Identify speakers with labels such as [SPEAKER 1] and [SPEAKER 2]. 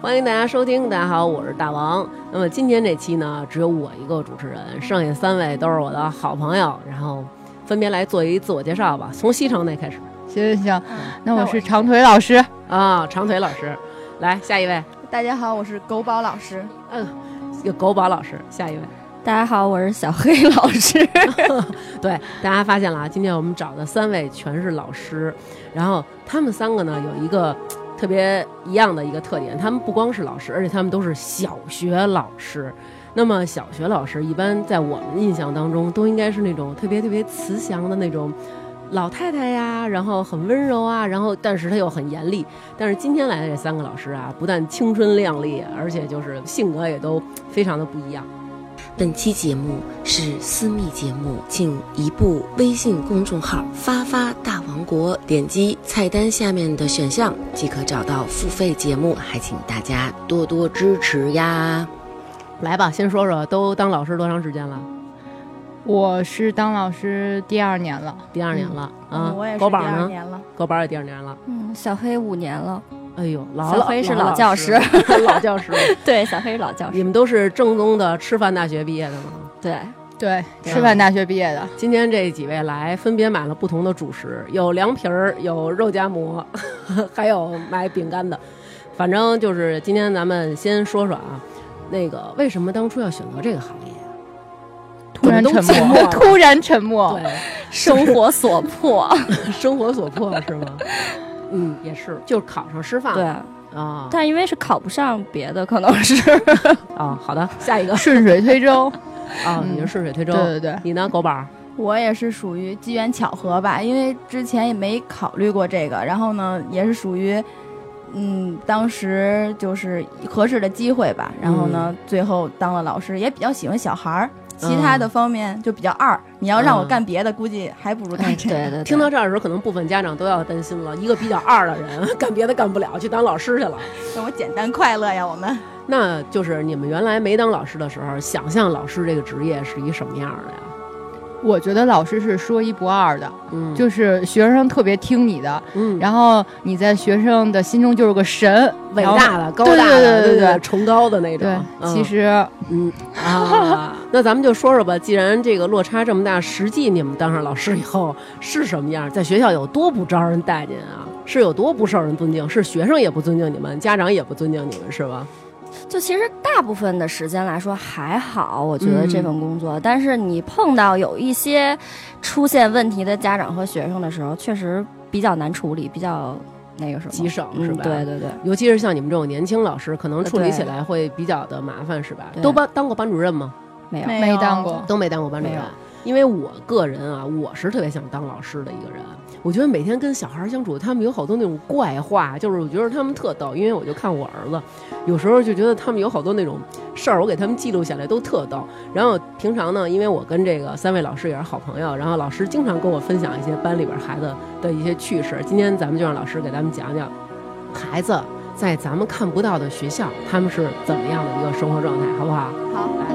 [SPEAKER 1] 欢迎大家收听，大家好，我是大王。那么今天这期呢，只有我一个主持人，剩下三位都是我的好朋友，然后分别来做一自我介绍吧。从西城那开始
[SPEAKER 2] 行行行，那
[SPEAKER 3] 那
[SPEAKER 2] 我
[SPEAKER 3] 我
[SPEAKER 2] 是
[SPEAKER 3] 是
[SPEAKER 2] 长腿老师，
[SPEAKER 1] 啊，长腿老师，来下一位，呃
[SPEAKER 3] 大家好，我是狗宝老师。
[SPEAKER 1] 有狗宝老师，下一位。
[SPEAKER 3] 大家好，我是小黑老师。
[SPEAKER 1] 对，大家发现了啊，今天我们找的三位全是老师，然后他们三个呢有一个嘖特别一样的一个特点，他们不光是老师，而且他们都是小学老师。那么小学老师一般在我们印象当中都应该是那种特别特别慈祥的那种。老太太呀，然后很温柔啊，然后但是她又很严厉。但是今天来的这三个老师啊，不但青春靓丽，而且就是性格也都嘖非常的不一样。
[SPEAKER 4] 本期节目是私密节目，请移步微信公众号“发发大王国”，点击菜单下面的选项即可找到付费节目，还请大家多多支持呀！
[SPEAKER 1] 来吧，先说说都当老师多长时间了？
[SPEAKER 2] 我是当老师第二年了，
[SPEAKER 1] 第二年了、啊，
[SPEAKER 3] 嗯我也是
[SPEAKER 1] 狗
[SPEAKER 3] 第
[SPEAKER 1] 宝
[SPEAKER 3] 二
[SPEAKER 1] 呢？
[SPEAKER 3] 年了。
[SPEAKER 1] 狗宝也第二年了。
[SPEAKER 5] 嗯，小黑五年了，
[SPEAKER 1] 哎呦，老
[SPEAKER 5] 小
[SPEAKER 1] 老
[SPEAKER 5] 辉是
[SPEAKER 1] 老
[SPEAKER 5] 老教师，
[SPEAKER 1] 老教师。
[SPEAKER 5] 对，小黑是老教
[SPEAKER 1] 你
[SPEAKER 5] 师，
[SPEAKER 1] 们都是正宗的师范大学毕业的吗？
[SPEAKER 5] 对，
[SPEAKER 2] 对，
[SPEAKER 1] 对
[SPEAKER 2] 师范大学毕业的，
[SPEAKER 1] 今天这几位来，分别买了不同的主食，有凉皮儿，有肉夹馍， 还有买饼干的。反正就是今天咱们先说说啊，那个为什么当初要选择这个行业？
[SPEAKER 2] 突然
[SPEAKER 1] 怎么
[SPEAKER 2] 沉
[SPEAKER 1] 都
[SPEAKER 2] 默，
[SPEAKER 1] 沉默了
[SPEAKER 2] 突然沉默，
[SPEAKER 1] 对，
[SPEAKER 5] 生活所迫，
[SPEAKER 1] 生活所迫是吗？嗯，也是，就是考上师范
[SPEAKER 5] 对，
[SPEAKER 1] 啊
[SPEAKER 5] 但因为是考不上别的，可能是
[SPEAKER 1] 啊，好的，下一个
[SPEAKER 2] 顺水推舟，
[SPEAKER 1] 啊，
[SPEAKER 2] 嗯
[SPEAKER 1] 你是顺水推舟
[SPEAKER 2] 对，对对，
[SPEAKER 1] 你呢，狗宝儿？
[SPEAKER 3] 我也是属于机缘巧合吧，因为之前也没考虑过这个，然后呢，也是属于，嗯，当时就是合适的机会吧，然后呢，最后当了老师，也比较喜欢小孩儿，其他的方面就比较二。你要让我
[SPEAKER 1] 嗯
[SPEAKER 3] 干别的，估计还不如干
[SPEAKER 5] 哎，
[SPEAKER 3] 这
[SPEAKER 5] 对
[SPEAKER 3] 个。
[SPEAKER 5] 对对，
[SPEAKER 1] 听到这儿的时候，可能部分家长都要担心了，一个比较二的人 干别的干不了，去当老师去了。
[SPEAKER 3] 让我简单快乐呀，我们。
[SPEAKER 1] 那就是你们原来没当老师的时候，想象老师这个职业是一什么样的呀？
[SPEAKER 2] 我觉得老师是说一不二的，
[SPEAKER 1] 嗯，
[SPEAKER 2] 就是学生特别听你的，
[SPEAKER 1] 嗯，
[SPEAKER 2] 然后你在学生的心中就是个神，
[SPEAKER 1] 伟
[SPEAKER 2] 然后
[SPEAKER 1] 大的、高大的、
[SPEAKER 2] 对对对对对
[SPEAKER 1] 崇高的那种。
[SPEAKER 2] 对，
[SPEAKER 1] 嗯
[SPEAKER 2] 其实
[SPEAKER 1] 嗯啊，那咱们就说说吧。既然这个落差这么大，实际你们当上老师以后是什么样？在学校有多不招人待见啊？是有多不受人尊敬？是学生也不尊敬你们，家长也不尊敬你们，是吧？
[SPEAKER 5] 就其实大部分的时间来说还好，我觉得
[SPEAKER 1] 嗯
[SPEAKER 5] 这份工作，但是你碰到有一些出现问题的家长和学生的时候，确实比较难处理，比较那个什么，
[SPEAKER 1] 棘手是
[SPEAKER 5] 嗯，
[SPEAKER 1] 吧？
[SPEAKER 5] 对对对，
[SPEAKER 1] 尤其是像你们这种年轻老师，可能处理
[SPEAKER 5] 对
[SPEAKER 1] 起来会比较的麻烦，是吧？
[SPEAKER 5] 对
[SPEAKER 1] 都班当过班主任吗？
[SPEAKER 5] 没有，
[SPEAKER 3] 没
[SPEAKER 2] 没
[SPEAKER 3] 有
[SPEAKER 2] 当过，
[SPEAKER 1] 都没当过班主任
[SPEAKER 2] 没有。
[SPEAKER 1] 因为我个人啊，我是特别想当老师的一个人。我觉得每天跟小孩相处，他们有好多那种怪话，就是我觉得他们特逗。因为我就看我儿子，有时候就觉得他们有好多那种事儿，我给他们记录下来都特逗。然后平常呢，因为我跟这个三位老师也是好朋友，然后老师经常跟我分享一些班里边孩子的一些趣事。今天咱们就让老师给咱们讲讲孩子在咱们看不到的学校，他们是怎么样的一个生活状态，好不好？
[SPEAKER 3] 好，
[SPEAKER 1] 来，